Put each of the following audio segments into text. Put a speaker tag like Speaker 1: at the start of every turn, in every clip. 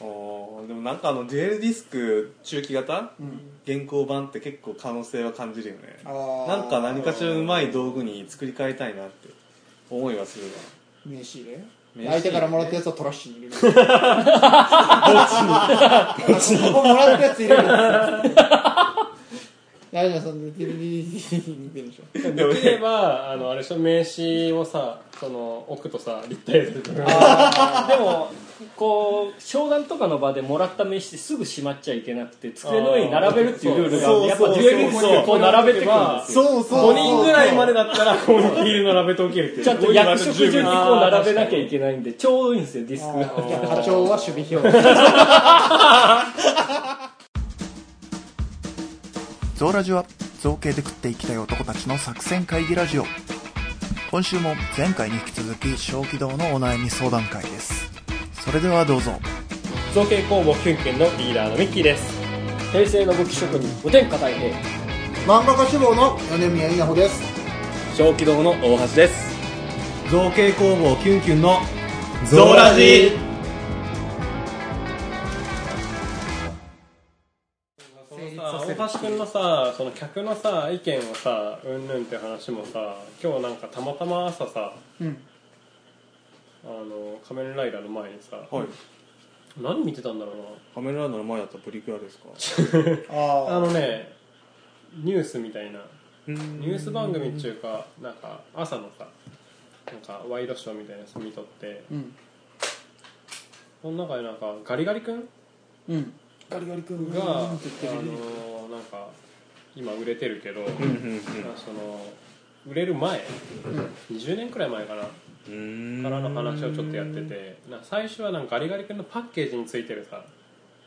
Speaker 1: でもなんかあのデュエルディスク中期型、
Speaker 2: うん
Speaker 1: 現行版って結構可能性は感じるよね
Speaker 2: あー
Speaker 1: なんか何かしらうまい道具に作り変えたいなって思いはするわ
Speaker 2: 名刺入
Speaker 1: 名刺入れ
Speaker 2: れ相手からもらったやつをトラッシュに入れるどっちにここもらったやつ入れる大丈夫そのディリリリリリリでしょ
Speaker 1: もね
Speaker 3: できればあのあれでしょ名刺をさその置くとさ立体図とか
Speaker 4: でもこう商談とかの場でもらった名刺ってすぐしまっちゃいけなくて机の上に並べるっていうルール
Speaker 1: そうそう
Speaker 4: がやっぱ
Speaker 1: そう
Speaker 4: デュエルにこう並べてくるん
Speaker 3: は
Speaker 4: ですよ
Speaker 2: そうそう
Speaker 3: 5人ぐらいまでだったらここにビール並べておけるっていう
Speaker 4: ちゃんと役職順にこう並べなきゃ
Speaker 3: い
Speaker 4: いけないんでちょうどいいんですよディスクが
Speaker 2: じゃあ課長は守備表
Speaker 5: ゾウラジは造形で食っていきたい男たちの作戦会議ラジオ今週も前回に引き続き小気道のお悩み相談会ですそれではどうぞ
Speaker 3: 造形工房キュンキュンのリーダーのミッキーです
Speaker 4: 平成の武器職人お天下太平
Speaker 2: 漫画家志望の米宮稲穂です
Speaker 4: 小気道の大橋です
Speaker 1: 造形工房キュンキュンの
Speaker 3: ゾーラジ大橋君のさその客のさ意見をさうんぬんって話もさ今日なんかたまたま朝さ
Speaker 2: うん
Speaker 3: あの仮面ライダーの前にさ
Speaker 1: はい
Speaker 3: 何見てたんだろう
Speaker 1: 仮面ライダーの前だったらプリクラですか
Speaker 3: なあ
Speaker 2: あ
Speaker 3: のねニュースみたいなニ
Speaker 1: ニ
Speaker 3: ュース番組っていうかなんか朝のさなんかワイドショーみたいなやつ見とって
Speaker 2: ーうん
Speaker 3: その中でなんかガリガリ君
Speaker 2: うんガリガリ君
Speaker 3: が、あ
Speaker 2: う
Speaker 3: の
Speaker 2: んって言ってる
Speaker 3: ーなんか今売れてるけど、
Speaker 1: うんうん
Speaker 3: まあその売れる前、20年くらい前かな
Speaker 1: うん
Speaker 3: からの話をちょっとやっててな最初はなんかガリガリ君のパッケージについてるさ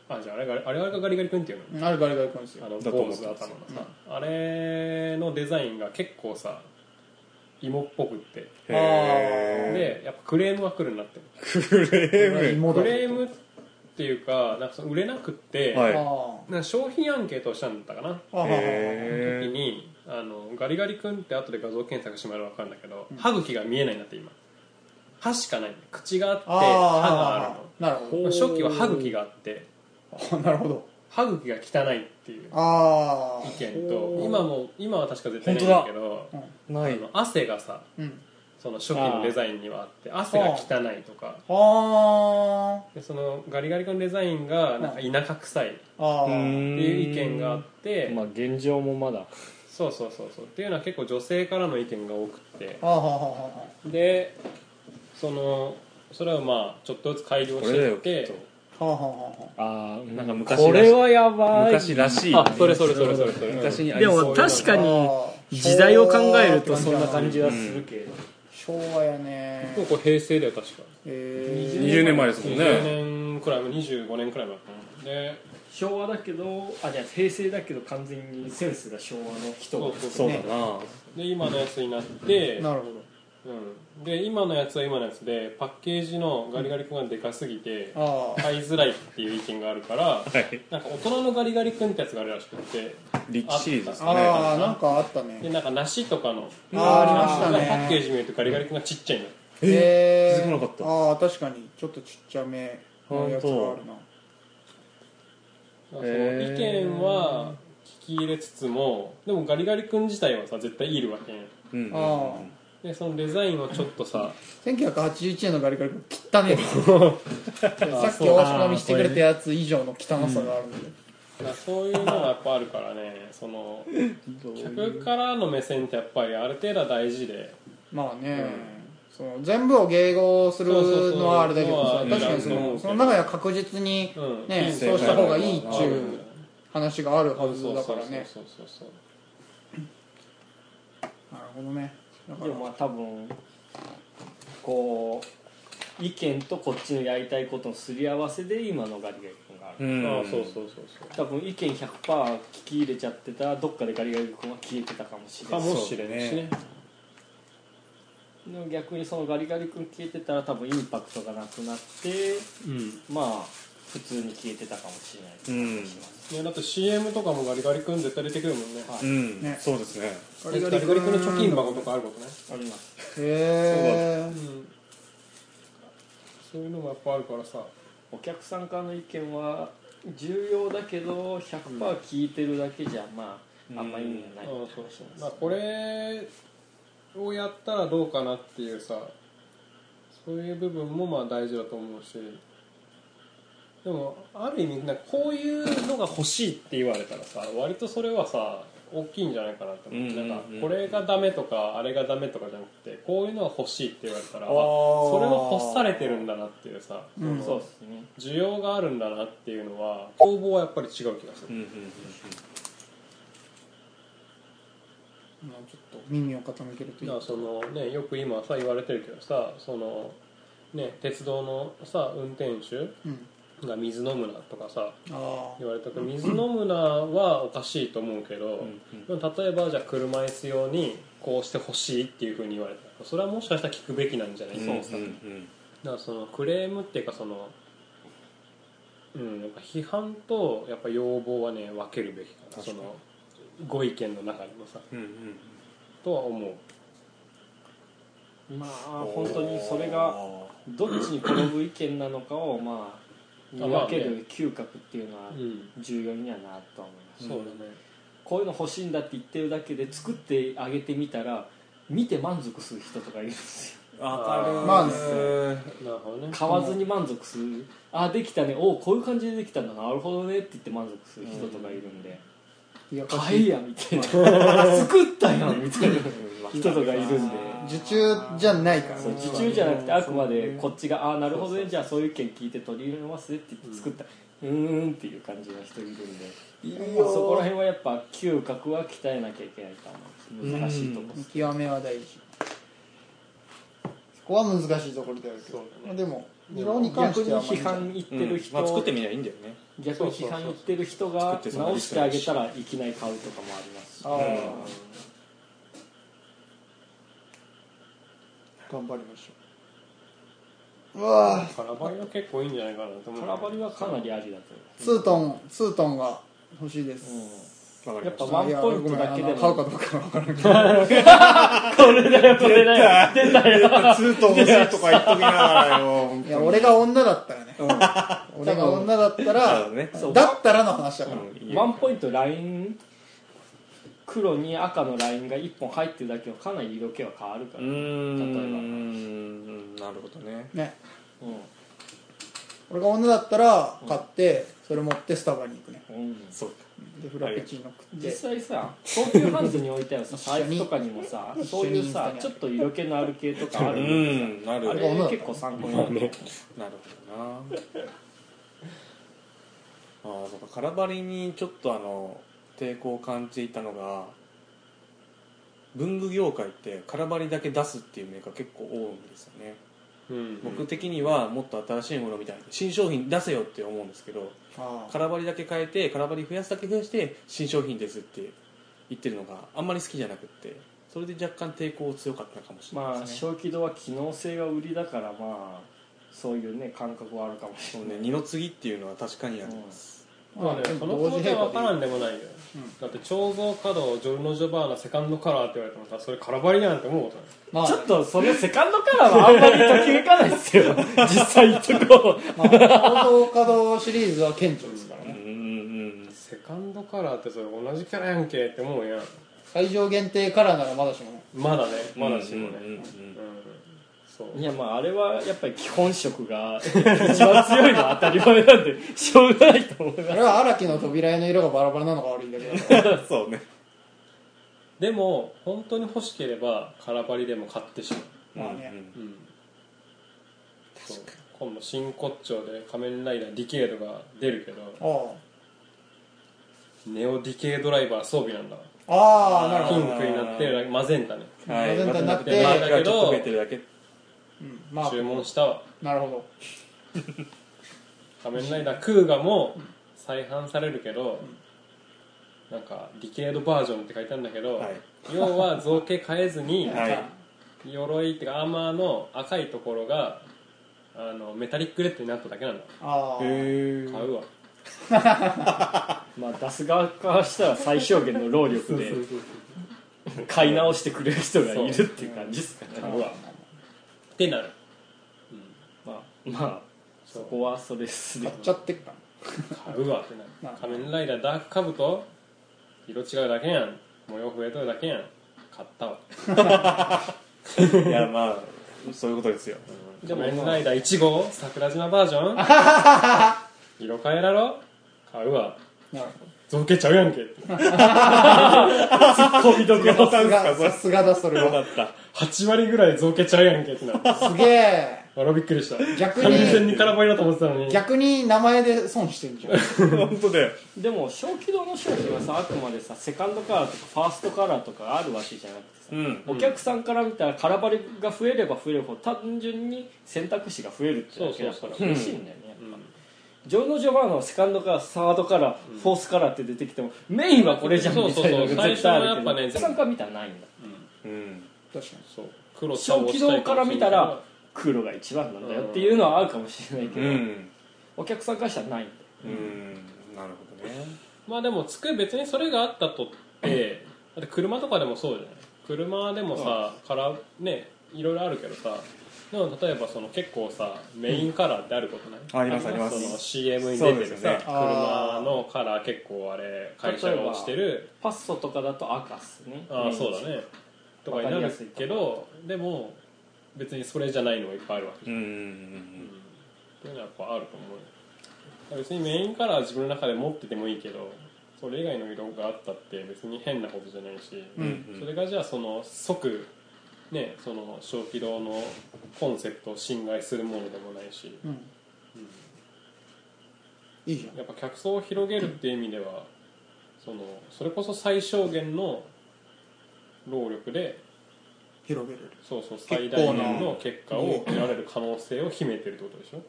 Speaker 3: あじゃああれガリあれがガリガリ君っていうの
Speaker 2: うんあれガリガリ君ですよ
Speaker 3: あの
Speaker 1: だと思
Speaker 3: 坊
Speaker 1: って
Speaker 3: 主頭
Speaker 1: ま
Speaker 3: の
Speaker 1: す
Speaker 3: さ、あれのデザインが結構さ芋っぽくって
Speaker 1: へ
Speaker 3: でやっぱクレームが来るようになってる
Speaker 1: え
Speaker 2: 芋だ
Speaker 3: クレームっていうかなんかその売れなくって、
Speaker 1: はい
Speaker 2: あ
Speaker 3: なんか商品アンケートをしたんだったかな
Speaker 2: ーあははは
Speaker 3: 時
Speaker 1: へえ
Speaker 3: にあのガリガリ君って後で画像検索してもらえば分かるんだけど、歯茎が見えないんだって今歯しかない口があって
Speaker 2: あ
Speaker 3: 歯があ
Speaker 2: ーなるほ
Speaker 3: るの初期は歯茎があって
Speaker 2: どなるほど
Speaker 3: 歯茎が汚いっていう
Speaker 2: あ
Speaker 3: 意
Speaker 2: あ
Speaker 3: 見と今も今は確か絶対ないんだけど
Speaker 1: な
Speaker 3: あ
Speaker 1: い
Speaker 3: の汗がさ
Speaker 2: うん
Speaker 3: その初期のデザインにはあって汗が汚いとか
Speaker 2: あ
Speaker 3: でそのガリガリ君のデザインがなんか田舎臭いっ
Speaker 2: ーあ
Speaker 1: う
Speaker 2: ー
Speaker 3: て
Speaker 1: ん
Speaker 3: いう意見があって
Speaker 4: まあ現状もまだ
Speaker 3: そうそうそうそうっていうのは結構女性からの意見が多くて
Speaker 2: あーははは
Speaker 3: でそのそれをまあちょっとずつ改良
Speaker 1: こ
Speaker 3: し
Speaker 1: れだ
Speaker 3: てい
Speaker 1: よ
Speaker 3: っ
Speaker 1: きってと
Speaker 2: はははは
Speaker 4: ああ
Speaker 1: な
Speaker 4: なんん
Speaker 1: か
Speaker 4: か
Speaker 1: 昔
Speaker 4: 昔これはやばい
Speaker 1: 昔らしい
Speaker 4: あそれそれそれそれそれ
Speaker 1: 昔にあり
Speaker 4: で
Speaker 1: そう
Speaker 4: も確かに
Speaker 2: あー
Speaker 4: 時代を考えるとそんな感じはするけど
Speaker 2: 昭和やね
Speaker 3: ここ平成だよ確か
Speaker 2: えー
Speaker 1: 20年前ですもんね
Speaker 3: 20年くらい25年くらい前かなで
Speaker 4: 昭和だけどあじゃあ平成だけど完全にセンスが昭和の人
Speaker 3: そう
Speaker 4: が
Speaker 3: そうそ
Speaker 1: そううだな
Speaker 3: で今のやつになって、
Speaker 2: なるほど
Speaker 3: うん、で今のやつは今のやつでパッケージのガリガリ君がでかすぎて
Speaker 2: あ ー
Speaker 3: 買いづらいっていう意見があるから、
Speaker 1: はい
Speaker 3: なんか大人のガリガリ君ってやつがあるらしくて
Speaker 1: リッチリですかね
Speaker 2: あーなんかあったね
Speaker 3: でなんか梨とかの
Speaker 2: あーありましたね
Speaker 3: パッケージ見るとガリガリ君がちっちゃいんだ
Speaker 2: え
Speaker 1: 気づかなかった
Speaker 2: ああ確かにちょっとちっちゃめのやつがあるな
Speaker 3: その意
Speaker 1: へー
Speaker 3: 見は聞き入れつつもでもガリガリ君自体はさ絶対いるわけやん
Speaker 1: うんうん
Speaker 2: あ
Speaker 3: でそのデザインをちょっとさ
Speaker 2: 1981年のガリガリ君汚 ねえなさっき大島見してくれたやつ以上の汚さがあるんで
Speaker 3: なそういうのがやっぱあるからねその客からの目線ってやっぱりある程度は大事で
Speaker 2: まあね、その全部を迎合するのはあれだけどさ
Speaker 3: そうそうそう
Speaker 2: 確かにそ
Speaker 3: うん
Speaker 2: のその中では確実に
Speaker 3: うん
Speaker 2: ね
Speaker 3: いい
Speaker 2: そうした方がいいっちゅう話がある
Speaker 3: そ
Speaker 2: は
Speaker 3: う
Speaker 2: ず
Speaker 3: そう
Speaker 2: だ
Speaker 3: そ
Speaker 2: か
Speaker 3: う
Speaker 2: らね
Speaker 3: そうそうそう
Speaker 2: なるほどねだか
Speaker 4: で
Speaker 2: ら
Speaker 4: もまあ多分こう意見とこっちのやりたいことのすり合わせで今のガリガリ君がある、
Speaker 1: うん
Speaker 3: ああそうそうそうそう
Speaker 4: 多分意見100%聞き入れちゃってたらどっかでガリガリ君は消えてたかもしれ
Speaker 3: か
Speaker 4: ない
Speaker 3: もしれんしね
Speaker 4: でも逆にそのガリガリ君消えてたら多分インパクトがなくなって
Speaker 3: うん
Speaker 4: まあ普通に消えてたかもしれない気がします、
Speaker 3: いやだって CM とかもガリガリ君絶対出てくるもんね
Speaker 4: は
Speaker 1: う
Speaker 4: い
Speaker 1: ん
Speaker 2: ね
Speaker 1: そうですね
Speaker 3: ガリガリ君の貯金箱とかあることね
Speaker 4: あります
Speaker 2: へえ
Speaker 3: うんそういうのもやっぱあるからさ
Speaker 4: お客さんからの意見は重要だけど100%聞いてるだけじゃまああんまり意味がない
Speaker 3: うんそうそうまあこれをやったらどうかなっていうさそういう部分もまあ大事だと思うしでもある意味なんかこういうのが欲しいって言われたらさ割とそれはさ大きいんじゃないかなと思って、
Speaker 1: うんうんうん
Speaker 3: なんかこれがダメとかあれがダメとかじゃなくてこういうのが欲しいって言われたらあ
Speaker 1: あー
Speaker 3: それは欲されてるんだなっていうさ、
Speaker 2: うん
Speaker 4: そうですね
Speaker 3: 需要があるんだなっていうのは工房はやっぱり違う気がする
Speaker 1: うんうんうん
Speaker 2: まあちょっと耳を傾けるといい
Speaker 3: だからそのねよく今さ言われてるけどさそのね鉄道のさ運転手
Speaker 2: うん
Speaker 3: が水飲むなとかさ
Speaker 2: ああ
Speaker 3: 言われたけど水飲むなはおかしいと思うけど、
Speaker 1: うん
Speaker 3: でも例えばじゃあ車椅子用にこうしてほしいっていうふうに言われたらそれはもしかしたら聞くべきなんじゃない
Speaker 1: うん
Speaker 3: ですか、
Speaker 1: うんうん
Speaker 3: だからそのクレームっていうかそのうんやっぱ批判とやっぱ要望はね分けるべきか
Speaker 1: 確
Speaker 3: な
Speaker 1: か
Speaker 3: そ
Speaker 1: に
Speaker 3: のご意見の中にもさ
Speaker 1: うんうん
Speaker 3: とは思う
Speaker 4: まあ本当にそれがどっちに転ぶ意見なのかをまあ見分ける嗅覚っていうのは
Speaker 3: うん
Speaker 4: 重要にはなるとは思います
Speaker 3: そうだね、
Speaker 4: こういうの欲しいんだって言ってるだけで作ってあげてみたら見て満足する人とかいるんですよ
Speaker 1: わかる
Speaker 2: まあね
Speaker 3: なるほどね
Speaker 4: 買わずに満足するあできたねおこういう感じでできたんだなるほどねって言って満足する人とかいるんで
Speaker 2: いや
Speaker 4: 買えやみたいな 作ったやんみたいな人とかいるんで
Speaker 2: 受注じゃないから
Speaker 4: そう受注じゃなくてあくまでこっちが「ああなるほどねじゃあそういう意見聞いて取り入れますね」って言って作った「うーん」っていう感じの人いるんでまあそこら辺はやっぱ嗅覚は鍛えなきゃいけないと思う難しいとこ
Speaker 2: 見極めは大事そこは難しいところであるけど、まあでも色に関
Speaker 4: 逆
Speaker 2: して
Speaker 4: に
Speaker 2: はあんまり
Speaker 4: 批判言ってる人、
Speaker 1: まあ作ってみりゃいいんだよね
Speaker 4: 逆に批判言ってる人が
Speaker 1: そうそうそう
Speaker 4: 直してあげたらいきなり買うとかもありますし
Speaker 2: ああ頑張りましょううわあ
Speaker 3: カラバリは結構いいんじゃないかなと思う
Speaker 4: カラバリはかなりありだと
Speaker 2: ツートンツートンが欲しいです、
Speaker 4: 思う、
Speaker 1: わか
Speaker 4: うん、
Speaker 1: り
Speaker 4: や
Speaker 1: ました
Speaker 4: っぱワンポイントだけで
Speaker 2: いやごめんあの
Speaker 4: も
Speaker 2: 買うかどうかは分からんけど
Speaker 4: これだよこれだよ出たよ
Speaker 1: ツートン欲しいとか言っときながらよ
Speaker 2: いや俺が女だったらね、俺が女だった
Speaker 1: なる
Speaker 2: ら
Speaker 1: ほどね
Speaker 4: そう
Speaker 2: だったらの話だから、
Speaker 1: うん
Speaker 4: ワンポイントライン黒に赤のラインが1本入ってるだけはかなり色気は変わるか
Speaker 1: う
Speaker 4: ら、 うん
Speaker 1: んなるほどね
Speaker 2: ね俺が女だったら買って、それ持ってスタバに行くね
Speaker 4: うん
Speaker 1: そうか
Speaker 2: でフラペチーノ食って
Speaker 4: 実際さ東急ハンズに置いてあるさ
Speaker 2: 一緒
Speaker 4: 財
Speaker 2: に
Speaker 4: 布とかにもさ
Speaker 2: 一緒に
Speaker 4: そういうさ
Speaker 2: インスタにある
Speaker 4: ちょっと色気のある系とかあ
Speaker 1: う
Speaker 4: る
Speaker 1: んなる
Speaker 4: あ
Speaker 1: ほど
Speaker 4: れ結構参考になる
Speaker 1: なるほどなああそうか空張りにちょっとあの抵抗を感じていたのが文具業界って空張りだけ出すっていうメーカー結構多いんですよね、
Speaker 3: うん
Speaker 1: 僕的にはもっと新しいものみたいな新商品出せよって思うんですけど
Speaker 2: ああ
Speaker 1: 空張りだけ変えて空張り増やすだけ増やして新商品ですって言ってるのがあんまり好きじゃなくってそれで若干抵抗強かったかもしれない
Speaker 4: ま
Speaker 1: で
Speaker 4: あ
Speaker 1: すね、
Speaker 4: 小気度は機能性が売りだからまあそういうね感覚はあるかもし
Speaker 1: そ
Speaker 4: れ
Speaker 1: う
Speaker 4: な
Speaker 1: ね
Speaker 4: い
Speaker 1: 二の次っていうのは確かにあります、
Speaker 3: まあね、その気持ちは分からんでもないよ、だって彫像稼働ジョルノ・ジョバーナセカンドカラーって言われてもさそれカラバリやんって思うことない
Speaker 2: まあ
Speaker 4: ちょっとそのセカンドカラーはあんまり解き抜かないで すよ 実際言っとこ
Speaker 2: まあ、報道稼働シリーズは顕著ですから
Speaker 1: うん
Speaker 2: ね、
Speaker 1: うんうん
Speaker 3: セカンドカラーってそれ同じキャラやんけって思うやん
Speaker 2: 会場限定カラーならまだしもね
Speaker 3: まだねまだしもね
Speaker 1: うんうんうん
Speaker 3: うんそう
Speaker 4: ういやまああれはやっぱり基本色が一番強いのは当たり前なんでしょうがないと思い
Speaker 2: あ
Speaker 4: ま
Speaker 2: れは荒木の扉絵の色がバラバラなのが悪いんだけど
Speaker 1: そうね
Speaker 3: でも本当に欲しければカラバリでも買ってしま
Speaker 2: まあね
Speaker 3: う、うん、そう今度真骨頂で仮面ライダーディケイドが出るけど
Speaker 2: あ
Speaker 3: ネオディケイドライバー装備なんだわ
Speaker 2: あああなる
Speaker 3: ピ
Speaker 2: ほ
Speaker 3: ン
Speaker 2: ど、
Speaker 3: クになってマゼンタね
Speaker 1: はい
Speaker 2: 全体になって
Speaker 1: マークがちょっと増えてるだけ
Speaker 2: うん、まあ
Speaker 3: 注文したわ
Speaker 2: なるほど
Speaker 3: 仮面ライダークーガも再販されるけど、なんかディケードバージョンって書いてあるんだけど、
Speaker 1: はい
Speaker 3: 要は造形変えずに、
Speaker 1: はい
Speaker 3: 鎧っていうかアーマーの赤いところがあのメタリックレッドになっただけなんだ
Speaker 2: ああ
Speaker 1: へ
Speaker 3: 買うわ
Speaker 4: すまあ出す側からしたら最小限の労力で買い直してくれる人がいるっていう感じですかね
Speaker 3: 買うわってなる
Speaker 4: まあまあそこはストレスで
Speaker 2: 買っちゃってっか
Speaker 3: 買うわって
Speaker 2: ま
Speaker 3: な
Speaker 2: あ
Speaker 3: 仮面ライダーダークカブと色違うだけやん模様増えとるだけやん買ったわ
Speaker 1: いやまあそういうことですよ
Speaker 3: でも仮面ライダー1号桜島バージョン色変えだろ買うわ
Speaker 2: ななる
Speaker 3: 造形ちゃうやんけ
Speaker 1: コミどころ
Speaker 2: ほどさ
Speaker 1: さ
Speaker 2: す
Speaker 1: んですか
Speaker 2: が
Speaker 1: それ
Speaker 2: さすがだそれ
Speaker 1: よか
Speaker 2: は
Speaker 1: った
Speaker 3: 8割ぐらい造形ちゃうやんけってなあ
Speaker 2: すげえ
Speaker 3: らびっくりした
Speaker 2: 逆
Speaker 3: 完全
Speaker 2: に
Speaker 3: に空張りだと思ってたのに
Speaker 2: 逆に名前で損してんじゃん
Speaker 1: 本当で
Speaker 4: でも小規模の商品はさあくまでさセカンドカラーとかファーストカラーとかあるわけじゃなくてさ、
Speaker 1: うん
Speaker 4: お客さんから見たら空張りが増えれば増えるほど単純に選択肢が増えるってだけだから
Speaker 1: う
Speaker 4: 嬉しいんだよね、やっぱジョーノ・ジョバーノはセカンドカラーサードカラー、フォースカラーって出てきてもメインはこれじゃん
Speaker 3: そう
Speaker 4: み
Speaker 3: そう
Speaker 4: た
Speaker 3: そ
Speaker 4: いうなのが絶対ある
Speaker 3: 最初
Speaker 4: けど
Speaker 3: はやっぱね
Speaker 4: お客さんから見たらないんだ
Speaker 1: うん
Speaker 2: 確かに
Speaker 3: そう黒ちゃん
Speaker 4: 小
Speaker 3: を
Speaker 4: 規
Speaker 3: した
Speaker 4: 模
Speaker 3: い
Speaker 4: か
Speaker 3: からもしれ
Speaker 4: 見
Speaker 3: んけ
Speaker 4: た
Speaker 3: ど
Speaker 4: ら黒が一番なんだよっていうのはあるかもしれないけ
Speaker 1: う
Speaker 4: ど、
Speaker 1: ん
Speaker 4: お客さんからしたらないんだよ
Speaker 1: うんなるほどね
Speaker 3: まあでも机別にそれがあったとってだって車とかでもそうじゃない車でもさ、からねいろいろあるけどさでも例えばその結構さメインカラーってあることない、
Speaker 1: ありますあります
Speaker 3: その CM に出てる
Speaker 1: そうですよ
Speaker 3: さ、
Speaker 1: ね
Speaker 3: 車のカラー結構あれ会社が落ちてる
Speaker 4: パッソとかだと赤っすね
Speaker 3: ああそうだねとかにな
Speaker 4: わかりや
Speaker 3: る
Speaker 4: すいと
Speaker 3: けどでも別にそれじゃないのがいっぱいあるわけ
Speaker 1: うんうんうん
Speaker 3: っていうのはやっぱあると思うよだから別にメインカラーは自分の中で持っててもいいけどそれ以外の色があったって別に変なことじゃないし、
Speaker 1: ん
Speaker 3: それがじゃあその即ねその小規堂のコンセプトを侵害するものでもないし
Speaker 2: うんいいじゃん
Speaker 3: やっぱ客層を広げるっていう意味ではそのそれこそ最小限の労力で
Speaker 2: 広げれる
Speaker 3: そうそう最大限の結果を得られる可能性を秘めてるってことでしょ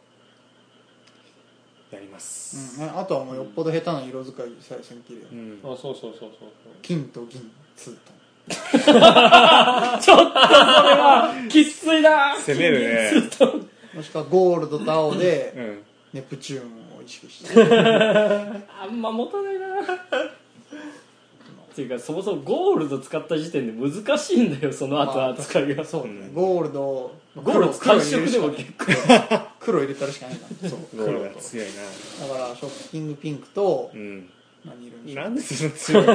Speaker 1: やります
Speaker 2: うんね、あとはもうよっぽど下手な色使いさえせんきれよ、
Speaker 1: うん
Speaker 3: あそうそうそうそうそう
Speaker 2: 金と銀ツートン
Speaker 4: きっついな
Speaker 1: 攻めるね
Speaker 2: もしくはゴールドと青で
Speaker 1: うん
Speaker 2: ネプチューンを意識して
Speaker 4: あんま持たないなっていうかそもそもゴールド使った時点で難しいんだよその後扱いが、
Speaker 2: そうね、ゴールド
Speaker 4: ゴールド使う色
Speaker 2: 黒黒入れる
Speaker 4: でも
Speaker 2: し
Speaker 4: 結
Speaker 2: か
Speaker 4: 構
Speaker 2: 黒入れたらしかないなそう
Speaker 1: ゴールが強いな
Speaker 2: だからショッキングピンクと
Speaker 1: うん
Speaker 2: 何色にしよう
Speaker 1: なんでその強いの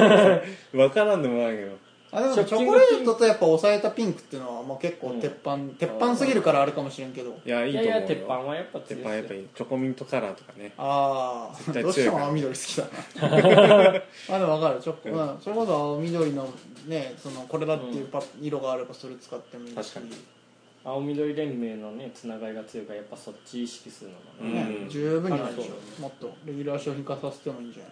Speaker 1: 分からんでもないけど
Speaker 2: あでも
Speaker 4: シ
Speaker 2: チ
Speaker 4: ョッ
Speaker 2: ョ
Speaker 4: キン
Speaker 2: コ
Speaker 4: グピンク
Speaker 2: レートとやっぱ抑えたピンクっていうのはもう結構鉄板、鉄板すぎるからあれかもしれんけど
Speaker 1: いやいい
Speaker 4: い
Speaker 1: と思
Speaker 4: やいう
Speaker 1: よ
Speaker 4: や鉄板はやっぱ強
Speaker 1: 鉄
Speaker 4: い
Speaker 1: 板やっぱいいチョコミントカラーとかね
Speaker 2: ああ
Speaker 1: 対強いから
Speaker 2: どうしても青緑好きだな まあでも分かるチョコ、
Speaker 1: うん
Speaker 2: まあ、それこそ青緑のねそのこれだっていうパ色があればそれ使ってもいいし
Speaker 1: 確かに
Speaker 4: 青緑連盟のねつながりが強いからやっぱそっち意識するのがね、
Speaker 2: ね
Speaker 1: うん
Speaker 2: 十分にあるでし
Speaker 3: あそう
Speaker 2: ょもっとレギュラー商品化させてもいいんじゃない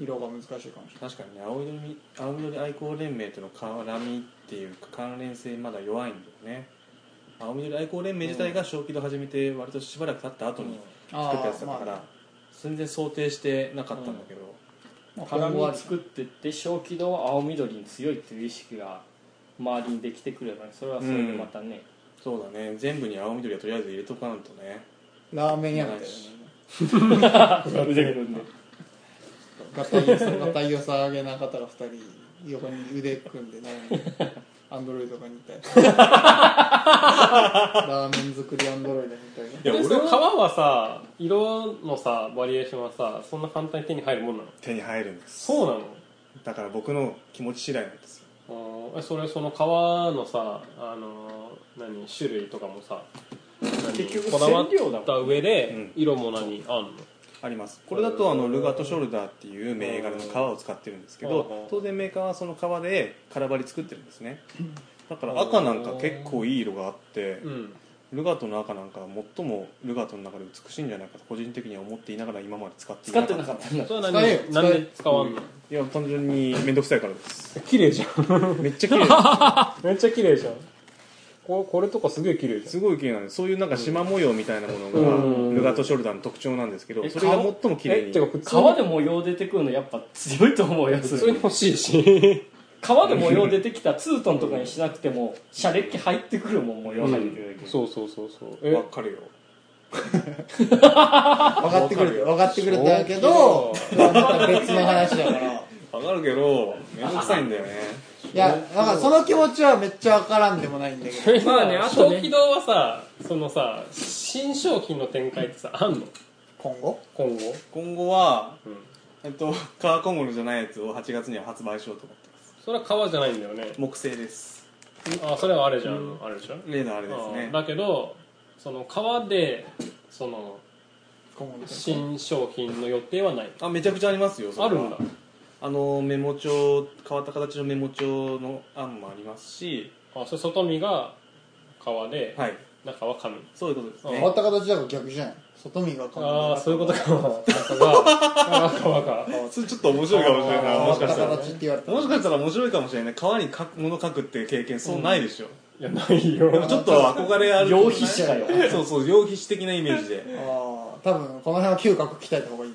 Speaker 2: 色が難しいかもしれない
Speaker 1: 確かにね青緑青緑愛好連盟との絡みっていうか関連性まだ弱いんだよね青緑愛好連盟自体が小規度始めて割としばらく経った後に作ったやつだったから、全然想定してなかったんだけど、
Speaker 2: まあ
Speaker 4: 絡
Speaker 2: 今後は
Speaker 4: み作ってって小軌道は青緑に強いっていう意識が周りにできてくればねそれはそれでまたね、
Speaker 1: そうだね全部に青緑はとりあえず入れとかないとね
Speaker 2: ラーメン屋みたいなね
Speaker 4: 腕組んで
Speaker 2: ガタイ良さガタイ良さげな方が二人横に腕組んでねアンドロイドが似たいラーメン作りアンドロイドみたいな
Speaker 1: や
Speaker 2: い
Speaker 3: で
Speaker 1: 俺
Speaker 3: その皮
Speaker 1: は
Speaker 3: はさ色のさバリエーションはさそんな簡単に手に入るもんなの
Speaker 1: 手に入るんです
Speaker 3: そうな
Speaker 1: だから僕の気持ち次第なんですよ
Speaker 3: のあーえそれその皮のさあのー何種類とかもさ何
Speaker 4: 結局
Speaker 3: こだわっ
Speaker 4: 染料だもん
Speaker 3: た上
Speaker 1: う
Speaker 3: で
Speaker 1: ん
Speaker 3: 色も何あんの
Speaker 1: ありますこれだとあのルガートショルダーっていう銘柄の皮を使ってるんですけ
Speaker 3: うん
Speaker 1: ど当然メーカーはその皮で空張り作ってるんですねだから赤なんか結構いい色があって
Speaker 3: うん
Speaker 1: ルガートの赤なんかは最もルガートの中で美しいんじゃないかと個人的には思っていながら今まで使ってい
Speaker 4: 使
Speaker 1: な
Speaker 4: っ
Speaker 1: か
Speaker 4: て
Speaker 1: っ
Speaker 4: な
Speaker 1: た
Speaker 4: かったんだ
Speaker 3: それは
Speaker 2: 使えよ
Speaker 3: 何なんで使わんの
Speaker 1: いや単純に面倒くさいから です
Speaker 3: 綺麗じゃん
Speaker 1: めっちゃ綺麗
Speaker 3: めっちゃ綺麗じゃんここれとかすげえ綺麗
Speaker 1: すごい綺麗なんですそういうなんか縞模様みたいなもの
Speaker 3: うん
Speaker 1: がルガートショルダーの特徴なんですけど
Speaker 4: え
Speaker 1: それが最も綺麗
Speaker 3: えってか
Speaker 1: に
Speaker 3: 普通に
Speaker 4: 川で模様出てくるのやっぱ強いと思うよ
Speaker 3: 普通に欲しいし
Speaker 4: 川で模様出てきたツートンとかにしなくても車列入ってくるもん模様入ってくるだけ、
Speaker 3: そうそうそうそうえ
Speaker 1: わかるよ
Speaker 2: 分かってくれて分かってくれたけどまた別の話だから
Speaker 1: わかるけど面倒くさいんだよね
Speaker 2: いやだからその気持ちはめっちゃわからんでもないんだけど
Speaker 3: まあね、あ
Speaker 4: そう
Speaker 3: と
Speaker 4: ね
Speaker 3: 起動はさ、そのさ、新商品の展開ってさ、あんの
Speaker 2: 今後
Speaker 3: 今後。
Speaker 1: 今後は、
Speaker 3: うん。
Speaker 1: えっと、革小物じゃないやつを8月には発売しようと思ってます
Speaker 3: それは革じゃないんだよね。
Speaker 1: 木製です
Speaker 3: あ、それはあれじゃん。あれでしょ
Speaker 1: 例のあれです
Speaker 3: あ
Speaker 1: ね
Speaker 3: だけど、その革で、その、
Speaker 2: 今後の
Speaker 3: 新商品の予定はない。
Speaker 1: あめちゃくちゃありますよそれ
Speaker 3: あ
Speaker 1: は
Speaker 3: るんだ。
Speaker 1: あのメモ帳変わった形のメモ帳の案もありますし
Speaker 3: あ、それ外見が革で、
Speaker 1: はい
Speaker 3: 中は紙。
Speaker 1: そういうことです
Speaker 2: 変
Speaker 1: ね
Speaker 2: わった形だから逆じゃない外見が変
Speaker 3: あ
Speaker 2: わ
Speaker 3: あ、そういうこと
Speaker 2: か
Speaker 3: か。中が、革か。
Speaker 1: それちょっと面白いかもしれないなもしかした
Speaker 2: 変
Speaker 1: ら
Speaker 2: わった形って言われた
Speaker 1: もしかしたら面白いかもしれない川に書くもの書くって経験そうないでしょ、
Speaker 3: いや、ないよ。
Speaker 1: でもちょっと憧れある
Speaker 4: 浪費者よ
Speaker 1: そうそう浪費士的なイメージで
Speaker 2: ああ多分この辺は嗅覚鍛えた方 がい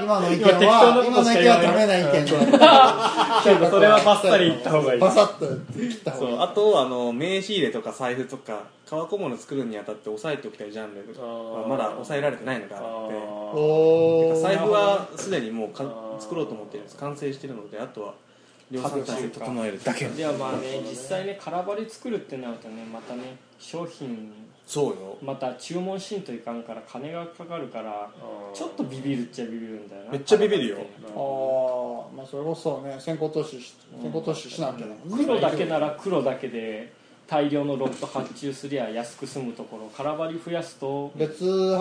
Speaker 2: い今の意見は今
Speaker 3: 今適当なこと
Speaker 2: の
Speaker 3: し
Speaker 2: 意
Speaker 3: か
Speaker 2: 見
Speaker 3: 言
Speaker 2: は
Speaker 3: わない
Speaker 2: ダメな意見だ
Speaker 3: それはバッサリ言った方がいい
Speaker 2: バサッと切った方
Speaker 1: そう
Speaker 2: がい
Speaker 1: あとあの名刺入れとか財布とか革小物作るにあたって押さえておきたいジャンルとか
Speaker 3: あー
Speaker 1: まあまだ抑えられてないのがあって
Speaker 2: い
Speaker 3: あ
Speaker 1: て
Speaker 2: お
Speaker 1: か
Speaker 2: お
Speaker 1: 財布はすでにもう
Speaker 3: あ
Speaker 1: か
Speaker 3: ー
Speaker 1: 作ろうと思ってるんです完成してるのであとは量産体制整えるだけ
Speaker 4: ではまあね実際ね空張り作るってなるとねまたね商品
Speaker 1: そうよ
Speaker 4: また注文しんといかんから金がかかるから
Speaker 3: ー
Speaker 4: ちょっとビビるっちゃビビるんだよな
Speaker 1: めっちゃビビるよ
Speaker 2: ああまあそれこそね先行投資し先行投資しなんじゃない
Speaker 4: 黒だけなら黒だけで大量のロット発注すりゃ安く済むところ空張り増やすと
Speaker 2: 別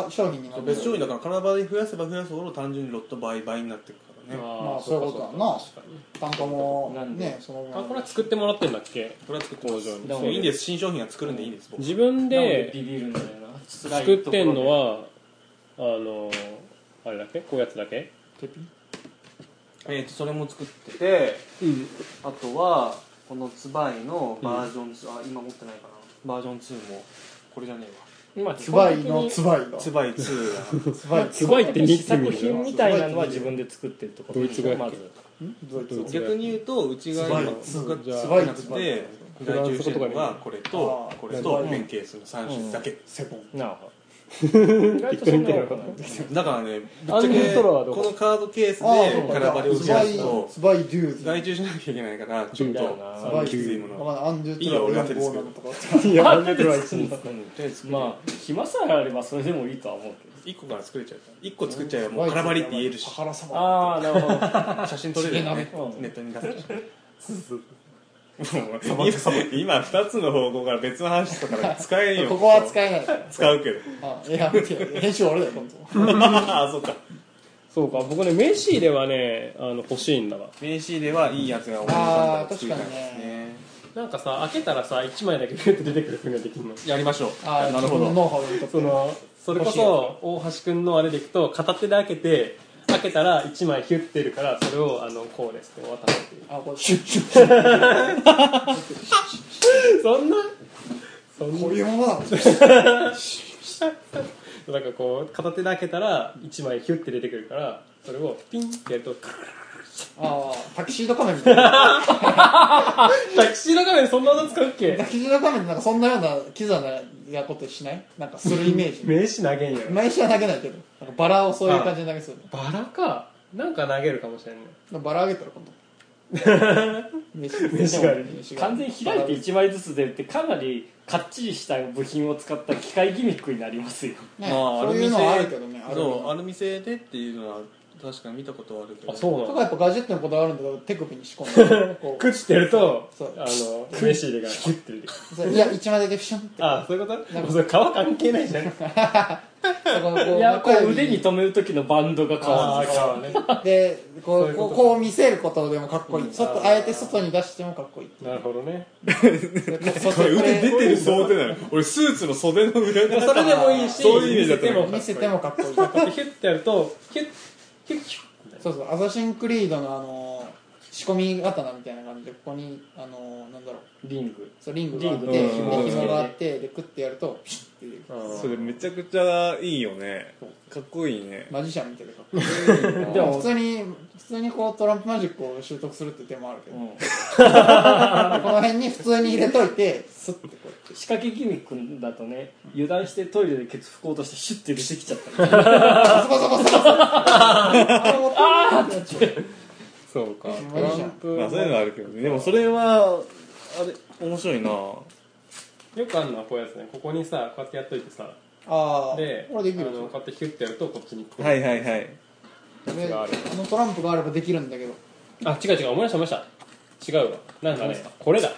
Speaker 2: 商品になる
Speaker 1: 別商品だから体張り増やせば増やすほど単純にロット倍倍になってくからね
Speaker 2: まあそういうことだな
Speaker 3: 確かに
Speaker 2: 単価も
Speaker 4: なんで
Speaker 2: ねその
Speaker 3: あこ
Speaker 2: 分
Speaker 3: れは作ってもらってんだっけ
Speaker 1: これは作って工場に
Speaker 4: だ
Speaker 1: そ
Speaker 4: もん
Speaker 1: ういいんです新商品は作るんでいいんです僕
Speaker 3: 自分
Speaker 4: なので
Speaker 3: で
Speaker 4: ビビるんだよな
Speaker 3: 作ってんの
Speaker 4: は
Speaker 3: はあのあれだっけこういうやつだけ
Speaker 1: えーとそれも作っててあとはこのツバイのバージョン2あ今持ってないかなバージョン2もこれじゃねえ
Speaker 4: 今
Speaker 2: つばいのつ
Speaker 4: つ
Speaker 2: ばいが
Speaker 1: わツバイ2が
Speaker 2: つばい
Speaker 3: すごいって見
Speaker 4: 試
Speaker 3: てみる
Speaker 4: 作品
Speaker 3: よ
Speaker 4: みたいなのは自分で作ってるところ
Speaker 3: ドイツ語やっけ
Speaker 4: まず
Speaker 2: どういうこと
Speaker 1: 逆に言うとうちが
Speaker 2: ツバイ
Speaker 1: 今
Speaker 2: ツ
Speaker 1: 僕
Speaker 3: じゃ
Speaker 1: が
Speaker 3: あ
Speaker 1: つばいなくて外注してるのがこれと
Speaker 2: あー
Speaker 1: これ
Speaker 2: ツバ
Speaker 1: と
Speaker 2: イ
Speaker 1: ペンケースの3種だけ、
Speaker 2: セボン
Speaker 4: なるほど意外とそんな多くない
Speaker 1: だからねぶっち
Speaker 3: ア
Speaker 1: ゃ
Speaker 3: ンデ
Speaker 1: け
Speaker 3: ストローはどこ
Speaker 1: このカードケース
Speaker 2: ああそう
Speaker 1: で
Speaker 2: か
Speaker 1: カラバリを増
Speaker 2: じゃあ
Speaker 1: や
Speaker 2: つばい
Speaker 1: すと
Speaker 2: つばいデューズ
Speaker 1: 外注しなきゃいけないからちょっ
Speaker 4: だよ
Speaker 1: と
Speaker 4: な
Speaker 2: つばい
Speaker 1: きついもの
Speaker 2: まあアンデュー
Speaker 1: いいよ俺は手で
Speaker 2: の
Speaker 1: すけ
Speaker 2: ボーナ
Speaker 1: ど
Speaker 2: ムとか
Speaker 3: いやなんで
Speaker 4: まあ暇さえあればそれでもいいとは思うけど
Speaker 1: 1個から作れちゃうから1個作っちゃえばもうカラバリって言えるし
Speaker 2: サハラ様
Speaker 4: ああなるほど
Speaker 1: 写真撮れるよね
Speaker 4: うん
Speaker 1: ネットに出せるしもう今2つの方向から別の話したから使えんよ
Speaker 2: ここは使えないから
Speaker 1: 使うけど
Speaker 2: あいや編集俺だよ本当
Speaker 1: ああそっか
Speaker 3: そうか僕ね名刺入れはねあの欲しいんだわ
Speaker 1: 名刺入れはいいやつが思い浮かんだら作りたいで
Speaker 2: あー
Speaker 1: す
Speaker 2: 確かに
Speaker 1: ね
Speaker 3: なんかさ開けたらさ1枚だけビュッて出てくるふうにはできるの
Speaker 1: やりましょう
Speaker 2: ああ
Speaker 1: なるほ
Speaker 2: 自分の
Speaker 1: ど
Speaker 2: ノウハウで
Speaker 3: そのそれこそ大橋くんのあれでいくと片手で開けて開けたら1枚ヒュッてるからそれをあのこうですって渡すっていう
Speaker 2: あこれシュッシュッ
Speaker 3: そんなそん
Speaker 2: こう
Speaker 3: な
Speaker 2: いうものなんですよ
Speaker 3: なんかこう片手で開けたら1枚ヒュッて出てくるからそれをピンってやるとクルルル
Speaker 2: ああタキシード仮面みたいな
Speaker 3: タキシード画面そんな技使うっけ
Speaker 2: タキシード仮面ってなんかそんなようなキザなやことしないなんかするイメージ
Speaker 3: 名刺投げんやろ
Speaker 2: 毎週は投げないけどなんかバラをそういう感じで投げそう
Speaker 3: バラかなんか投げるかもしれんね
Speaker 2: バラあげたら今度飯
Speaker 3: 飯がある
Speaker 2: 飯があ
Speaker 4: 完
Speaker 2: る
Speaker 4: 全に開いて1枚ずつ出るってかなりかっちりした部品を使った機械ギミックになりますよ
Speaker 1: ま
Speaker 2: ね
Speaker 1: あ
Speaker 2: そういうのはあるけどねある
Speaker 1: そうアルミ製でっていうのは確かに見たことはあるけど
Speaker 3: あそうな
Speaker 2: と
Speaker 3: の
Speaker 2: かやっぱガジェットのことあるんだけど手首に仕込んでこ
Speaker 3: クッてやると
Speaker 2: そう
Speaker 3: あの名刺入れがヒュッて出てくる
Speaker 2: うそういや一枚だけピシュンって
Speaker 3: あそういうことそう皮関係ないじゃん
Speaker 2: そこのこう
Speaker 4: いやこ
Speaker 2: 中
Speaker 4: う
Speaker 2: 指
Speaker 4: 腕に留める時のバンドが変わ
Speaker 3: あ
Speaker 4: る
Speaker 3: あ皮ね
Speaker 2: でこ
Speaker 3: そ
Speaker 2: う
Speaker 3: ういう
Speaker 2: こ
Speaker 3: こ
Speaker 2: う
Speaker 3: と
Speaker 2: こう見せることでもかっこいい、
Speaker 3: うん
Speaker 2: 外あえて外に出してもかっこいい
Speaker 3: なるほどね
Speaker 2: そ
Speaker 1: これ腕出てる
Speaker 2: そ
Speaker 1: 想定なの俺スーツの袖の上だ
Speaker 3: それでもいいし
Speaker 1: そういうイメージだった
Speaker 3: 見せて
Speaker 1: の
Speaker 2: 見せても
Speaker 3: も
Speaker 2: かっこいい
Speaker 3: こうやってヒュッてやるとヒュッヒュッヒュッ
Speaker 2: そうそうアサシンクリードのあの仕込み刀みたいな感じでここにあのなんだろう
Speaker 4: リング
Speaker 2: そうリングがあって
Speaker 4: リ
Speaker 2: で
Speaker 1: ングうん
Speaker 2: 紐があってでクッてやるとピシッていう
Speaker 1: それめちゃくちゃいいよねかっこいいね
Speaker 2: マジシャンみたいでかっこいい
Speaker 4: で
Speaker 2: でも
Speaker 4: も
Speaker 2: 普通に普通にこうトランプマジックを習得するって手もあるけど、
Speaker 4: うん
Speaker 2: この辺に普通に入れといてスッてこうやって
Speaker 4: 仕掛けギミックだとね油断してトイレでケツ拭こうとしてシュッて出 てきちゃったり
Speaker 2: あそこそこそこそこああ
Speaker 3: そうか
Speaker 2: うん
Speaker 3: トランプ
Speaker 1: まあそういうのはあるけどねでもそれはあれ面白いな
Speaker 3: よくあるのはこういうやつねここにさこうやってやっといてさ
Speaker 2: ああ
Speaker 3: で
Speaker 2: これできる
Speaker 3: あのこうやってヒュッてやるとこっちに来る
Speaker 1: はいはいはい
Speaker 3: やつがある
Speaker 2: このトランプがあればできるんだけど
Speaker 3: あ違う違う思い出した思い出した違うわなんかねこれだ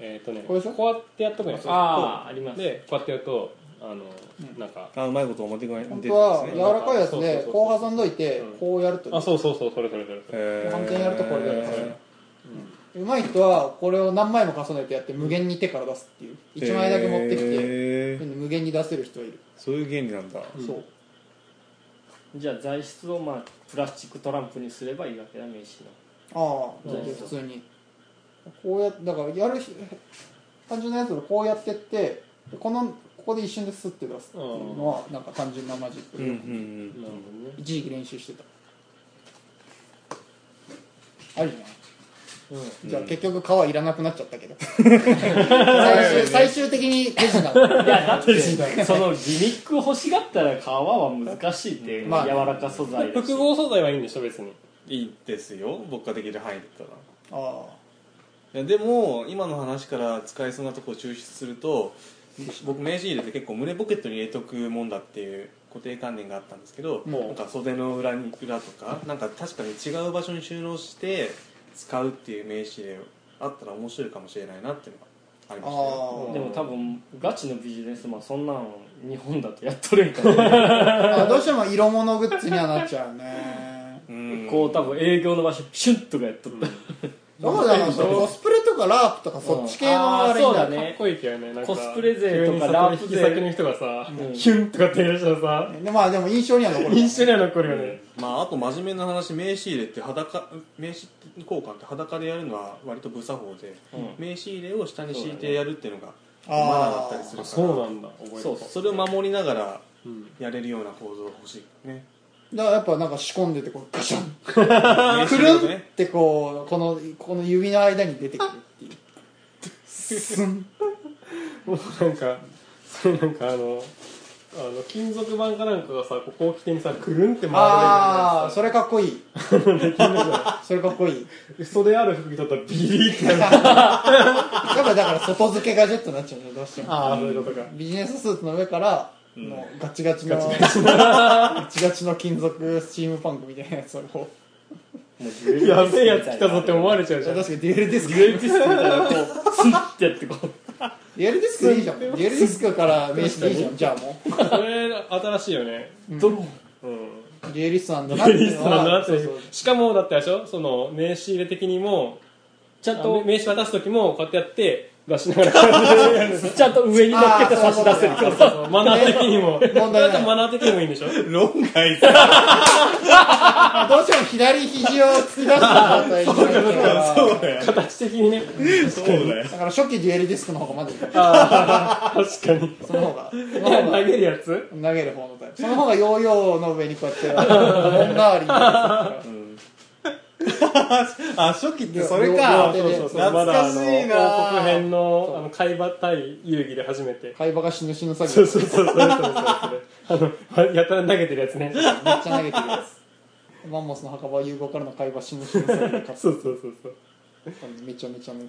Speaker 3: えっ、とね
Speaker 2: これでしょ
Speaker 3: こうやってやっとくんやつ
Speaker 4: あああります
Speaker 3: でこうやってやるとあの、なんか
Speaker 1: あうまいこと表側に
Speaker 2: 本
Speaker 1: 出て
Speaker 2: 当
Speaker 1: るん
Speaker 2: は
Speaker 1: です
Speaker 2: 柔
Speaker 1: ね
Speaker 2: らかいやつで
Speaker 3: そうそうそうそう
Speaker 2: こう挟んどいて
Speaker 3: うん
Speaker 2: こうやると
Speaker 3: あそうそうそうそれそれそれそれ
Speaker 1: へー
Speaker 2: 反転やるとこれだよねうまい人はこれを何枚も重ねてやって無限に手から出すっていう1枚だけ持ってきて
Speaker 1: へー
Speaker 2: 無限に出せる人はいる
Speaker 1: そういう原理なんだ
Speaker 3: ん
Speaker 2: そう
Speaker 4: じゃあ材質をまあプラスチックトランプにすればいいわけだ名刺の
Speaker 2: ああだって普通にこうやだからやるひ単純なやつをこうやってってでこのここで一瞬でスッて出すっていうのはなんか単純なマジッ
Speaker 1: う
Speaker 2: クで、
Speaker 1: んうん
Speaker 3: なるほどね
Speaker 2: 一時期練習してたあるじゃないじゃあ結局皮いらなくなっちゃったけど最 終最終的に手品
Speaker 4: いやだってそのギミック欲しがったら皮は難しいって、
Speaker 2: まあ
Speaker 4: 柔らか素材だし
Speaker 3: 複合素材はいいんでしょ別に
Speaker 1: いいですよ僕ができる範囲だったら
Speaker 2: あ
Speaker 1: いやでも今の話から使えそうなとこを抽出すると僕名刺入れて結構胸ポケットに入れとくもんだっていう固定観念があったんですけど、
Speaker 2: うん
Speaker 1: なんか袖の裏に裏とかなんか確かに違う場所に収納して使うっていう名刺入れあったら面白いかもしれないなっていうのがありましたよ
Speaker 2: あ
Speaker 4: でも多分ガチのビジネスマンそんなん日本だとやっとるんから、ね、
Speaker 2: ああどうしても色物グッズにはなっちゃうね
Speaker 1: うん
Speaker 4: こう多分営業の場所シュンとかやっとった、
Speaker 2: そうだよコスプレとかラープとかそっち系のあれ
Speaker 4: あーそう
Speaker 2: だ
Speaker 4: だ
Speaker 2: ね
Speaker 4: ね
Speaker 3: かっこいいけどねなんか
Speaker 4: コスプレ勢とかラープ
Speaker 3: 急に
Speaker 4: 勢
Speaker 3: さ取引先の人がさ、
Speaker 4: うん
Speaker 3: ヒュンとかって言い出したらさ
Speaker 2: でまあでも印象には残る
Speaker 3: 一緒には残るよね、
Speaker 1: まああと真面目な話名刺入れって裸名刺交換って裸でやるのは割と無作法で、
Speaker 4: う
Speaker 1: 名刺入れを下に敷いてやるっていうのが
Speaker 2: あ
Speaker 1: マナーだったりする
Speaker 3: あ
Speaker 1: か
Speaker 3: そ
Speaker 1: ら
Speaker 3: うなんだ覚えてた
Speaker 4: そう
Speaker 1: それを守りながら
Speaker 3: うん
Speaker 1: やれるような構造が欲しい ね
Speaker 2: だからやっぱなんか仕込んでてこうガシャンく
Speaker 1: く
Speaker 2: るんってこうこのこの指の間に出てくるっていうスン
Speaker 3: もうなんかそれなんかあのあの金属板かなんかがさここを起点にさくるんって回る
Speaker 2: ああ
Speaker 3: そ
Speaker 2: それかっこいいそれかっこいい
Speaker 3: 嘘である服着とったらビリーってなる
Speaker 2: やっぱだから外付けガジェットになっちゃうんだよどうしても
Speaker 3: ああそういうことか
Speaker 2: ビジネススーツの上からもうガチガチの、ガチ ガチの金属スチームパンクみたいなやつをこう
Speaker 4: もうデュエルディスクみたいな
Speaker 3: やべえやつ来たぞって思われちゃうじゃん
Speaker 2: 確かにデュエルディスク
Speaker 4: デュエルディスクみたいなこうスンってやってこう
Speaker 2: デュエルディスクでいいじゃんデュエルディスクから名刺でいいじゃんじゃあもう
Speaker 3: それ新しいよね
Speaker 4: ドローン
Speaker 3: うん
Speaker 2: デュエリストなんだな
Speaker 3: デュエリストなんだなっ
Speaker 2: そう
Speaker 3: て
Speaker 2: そう
Speaker 3: しかもだってあれでしょその名刺入れ的にも
Speaker 4: ちゃん
Speaker 3: あの
Speaker 4: と
Speaker 3: 名刺渡す時もこうやってやって出しながら こうやって
Speaker 4: ちゃんと上に乗っけて差し出せる
Speaker 2: あー
Speaker 4: か
Speaker 2: そう
Speaker 4: ら
Speaker 2: そうそう
Speaker 3: そうマナー的にも。
Speaker 2: 題ない
Speaker 3: だってマナー的にもいいんでしょ
Speaker 1: 論外だ
Speaker 2: あどうしても左肘を突き出した状態になるから
Speaker 1: そうだよ
Speaker 3: 形的にね。
Speaker 1: そうだよ
Speaker 2: だから初期デュエルディスクの方がまだいい
Speaker 3: 確かに。
Speaker 2: その方がその方が
Speaker 3: 投げるやつ
Speaker 2: 投げる方のタイプその方がヨーヨーの上にこうやって本代わりになる
Speaker 1: あ初期って
Speaker 2: 両
Speaker 1: それか
Speaker 2: 両手で
Speaker 3: そうそう
Speaker 1: 懐かしいな
Speaker 3: 王国編の、あの、海馬対遊戯で初めて。
Speaker 2: 海馬が死ぬ死ぬ作業
Speaker 3: そ
Speaker 2: め
Speaker 3: う
Speaker 2: っ
Speaker 3: そうそう、 それそれそれそれ。あの、やたら投げてるやつね。
Speaker 2: ちゃ投げてるやつマンモスの墓場融合からの海馬死ぬ死ぬ作業で勝つ
Speaker 3: そうそうそうそう。
Speaker 2: めちゃめちゃのや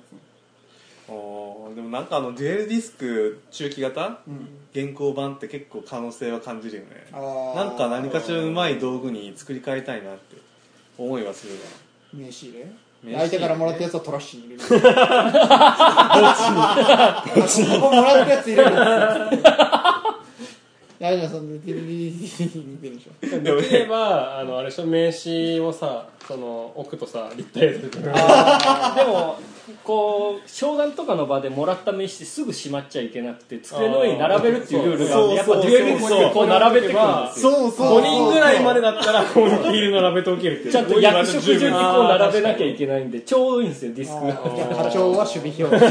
Speaker 1: あーでもなんかあのデュエルディスク中期型
Speaker 2: つ、うん、
Speaker 1: 現行版って結構可能性は感じるよね
Speaker 2: あー
Speaker 1: なんか何かしらうまい道具に作り変えたいなって思いはするわ
Speaker 2: 名刺入
Speaker 1: 刺入
Speaker 2: れ
Speaker 1: れ
Speaker 2: 相手からもらったやつをトラッシュに入れるどっちにここもらったやつ入れる大丈夫そんでディディディディ似てるでしょ
Speaker 3: できれば、あの、あれでしょ、名刺をさ、その、置くとさ、立体する。
Speaker 4: でもこう商談とかの場でもらった名刺すぐしまっちゃいけなくて机の上に並べるっていうルールがあってやっぱデュエルにこう並べてくるんですよ
Speaker 2: そう
Speaker 3: 5人ぐらいまでだったら、このビール並べておけるっていう。
Speaker 4: ちゃんと役職順にこう並べなきゃいけないんでちょうどいいんですよディスクが
Speaker 2: じゃあ課長は守備表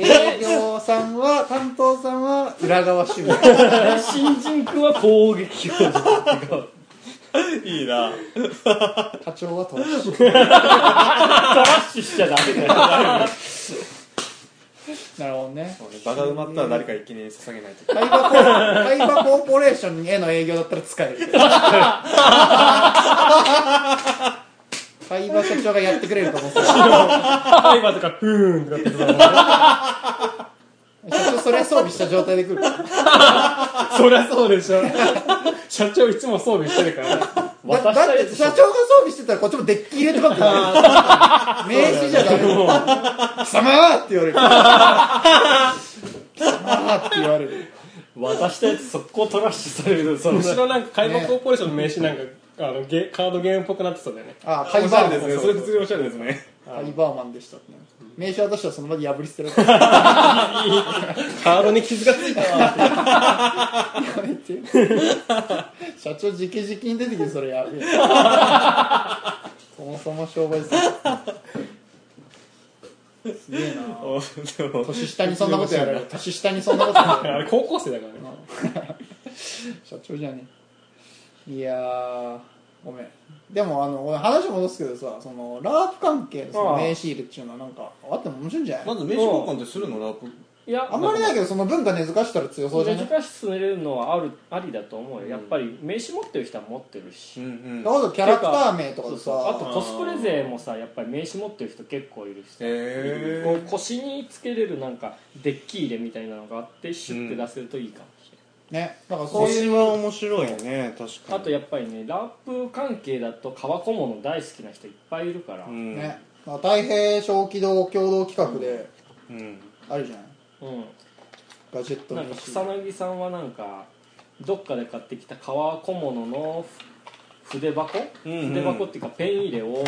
Speaker 2: 営業さんは担当さんは裏側守備
Speaker 4: 新人君は攻撃表示
Speaker 1: いいな
Speaker 2: 課長は投資
Speaker 4: トラッシュしちゃダメだよ
Speaker 2: なるほどね
Speaker 1: そうね場が埋まったら誰か一気に捧げないと
Speaker 2: タイバコタイバコーポレーションへの営業だったら使えるタイバ社長がやってくれると思ってた
Speaker 3: タイマーとかふーんとかって
Speaker 2: 社長それ装備した状態で来るから
Speaker 3: そりゃそうでしょ 社長いつも装備してるから
Speaker 2: だ
Speaker 4: 渡し
Speaker 2: だ
Speaker 4: た
Speaker 2: っ
Speaker 4: い
Speaker 2: て
Speaker 4: でし
Speaker 2: 社長が装備してたらこっちもデッキ入れとかって名刺じゃダメ貴様って言われる貴様って言われる
Speaker 4: ょ渡したやつ速攻トラッシュされるそんな
Speaker 3: 後ろなんか海馬コーポレーションの名刺なんか、あのゲカードゲームっぽくなってたんだよね
Speaker 2: ああカイバーマン
Speaker 1: ですねそれ普通におしゃれですね
Speaker 2: カイバーマンでしたってね名刺渡したらその場で破り捨てられる
Speaker 3: カードに傷がついた
Speaker 2: やめて社長直々に出てきてそれや べえそもそも商売するすげえな
Speaker 1: おでも
Speaker 2: 年下にそんなことやられる年下にそんなことやられる
Speaker 3: あれ高校生だからね
Speaker 2: 社長じゃねえいやーごめんでもあの俺話戻すけどさそのラープ関係のその
Speaker 4: ああ
Speaker 2: 名刺入れっていうのはなんかあっても面白いんじゃな
Speaker 1: ま
Speaker 2: い
Speaker 1: ず名刺交換ってするのラップ
Speaker 4: いや
Speaker 2: あんまりだけどその文化根付かしたら強そうじゃないだか
Speaker 4: 難しく進めるのはあるありだと思うよやっぱり名刺持ってる人は持ってるし、
Speaker 1: ん
Speaker 2: らこそキャラクター名とか
Speaker 4: そう
Speaker 2: で
Speaker 4: そう
Speaker 2: さ
Speaker 4: あとコスプレ勢もさやっぱり名刺持ってる人結構いるしさ
Speaker 1: へ
Speaker 4: こう腰につけれるなんかデッキ入れみたいなのがあってシュッて出せるといいかもしれない、
Speaker 2: ねだからそういう
Speaker 1: 腰は面白いね確かに
Speaker 4: あとやっぱりねラップ関係だと革小物大好きな人いっぱいいるから、
Speaker 1: う
Speaker 4: うん
Speaker 1: ん
Speaker 2: ね、まあ、太平小気道共同企画で
Speaker 1: うん
Speaker 2: あるじゃない、ガジェット
Speaker 4: なん
Speaker 2: の
Speaker 4: か
Speaker 2: 日
Speaker 4: 草薙さんはなんかどっかで買ってきた革小物のふ筆箱、
Speaker 1: うんうん
Speaker 4: 筆箱っていうかペン入れを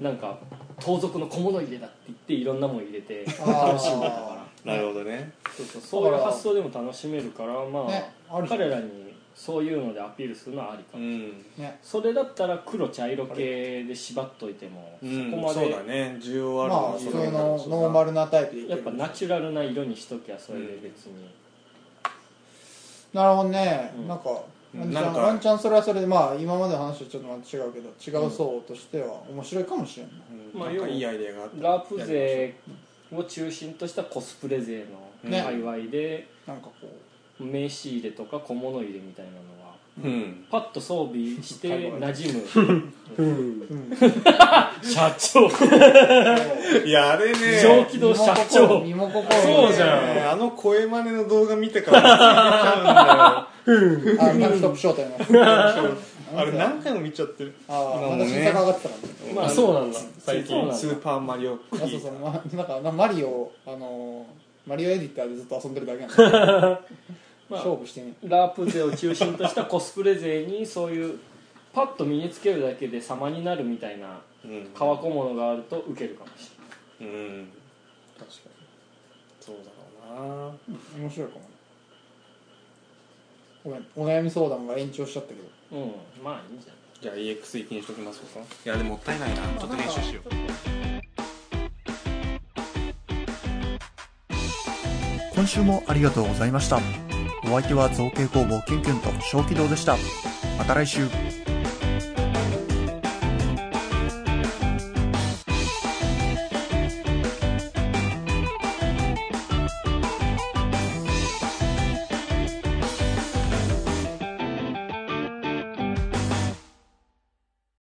Speaker 4: なんか盗賊の小物入れだって言っていろんなもん入れて
Speaker 2: あ
Speaker 4: 楽しんでたか
Speaker 1: なるほどね
Speaker 4: らそうそうそういう発想でも楽しめるからまあ、
Speaker 2: ねあるじゃん
Speaker 4: 彼らにそういうのでアピールするのはありか
Speaker 1: う
Speaker 4: も、
Speaker 1: ん
Speaker 2: ーね
Speaker 4: それだったら黒茶色系で縛っといても、
Speaker 1: うん
Speaker 4: そこま
Speaker 1: そう
Speaker 4: で
Speaker 1: だね需要あ
Speaker 2: ま
Speaker 1: る
Speaker 2: あ
Speaker 1: は
Speaker 2: 普
Speaker 1: そ
Speaker 2: 通
Speaker 1: うだ
Speaker 2: の
Speaker 1: ね
Speaker 2: ノーマルなタイプでいけ
Speaker 4: やっ
Speaker 2: る
Speaker 4: ぱナチュラルな色にしときゃそれで別に、
Speaker 2: なるほどね、
Speaker 4: うん
Speaker 2: なんかワ
Speaker 1: う
Speaker 2: ン
Speaker 1: ん
Speaker 2: チャ
Speaker 1: なん
Speaker 2: ン
Speaker 1: か
Speaker 2: ワンチャンそれはそれでまあ今までの話とちょっとまた違うけど違う層としては面白いかもしれない、
Speaker 1: うん
Speaker 4: まあ
Speaker 1: なんかいいアイデアがあった
Speaker 4: ラープ勢を中心としたコスプレ勢の
Speaker 2: ね
Speaker 4: 界隈で、
Speaker 2: なんかこう
Speaker 4: 名刺入れとか小物入れみたいなのは
Speaker 1: うん
Speaker 4: パッと装備 して
Speaker 2: 界隈
Speaker 4: 馴染む
Speaker 3: うん
Speaker 4: 社長
Speaker 1: いやあれね
Speaker 4: 上気道社長
Speaker 2: 身も心
Speaker 3: そうじゃん
Speaker 1: ねあの声真似の動画見てから
Speaker 2: んあタクトップ招待の
Speaker 1: あれ何回も見ちゃってる
Speaker 2: ああ
Speaker 1: 今
Speaker 2: ま
Speaker 1: も
Speaker 2: だ
Speaker 1: ね
Speaker 2: 新作上がってたからね
Speaker 3: まあそうなんだ最
Speaker 4: そうなん
Speaker 3: 近
Speaker 4: だ
Speaker 1: スーパーマリオク
Speaker 2: あ
Speaker 1: ッ
Speaker 2: そう
Speaker 1: キー
Speaker 2: そう、ま、なんかなマリオあのーマリオエディターでずっと遊んでるだけなんだ、
Speaker 4: まあ
Speaker 2: 勝負してね
Speaker 4: ラープ勢を中心としたコスプレ勢にそういうパッと身につけるだけで様になるみたいな
Speaker 1: うん
Speaker 4: 革小物があるとウケるかもし
Speaker 1: うん確かにそうだろうな
Speaker 2: 面白いかもごめんお悩み相談が延長しちゃったけど
Speaker 4: れないうんまあいいんじゃない
Speaker 1: じゃあ EX 行きにしときますかいやでももったいないなちょっと練習しよう
Speaker 5: 今週もありがとうございましたお相手は造形工房キュンキュンと小気道でしたまた来週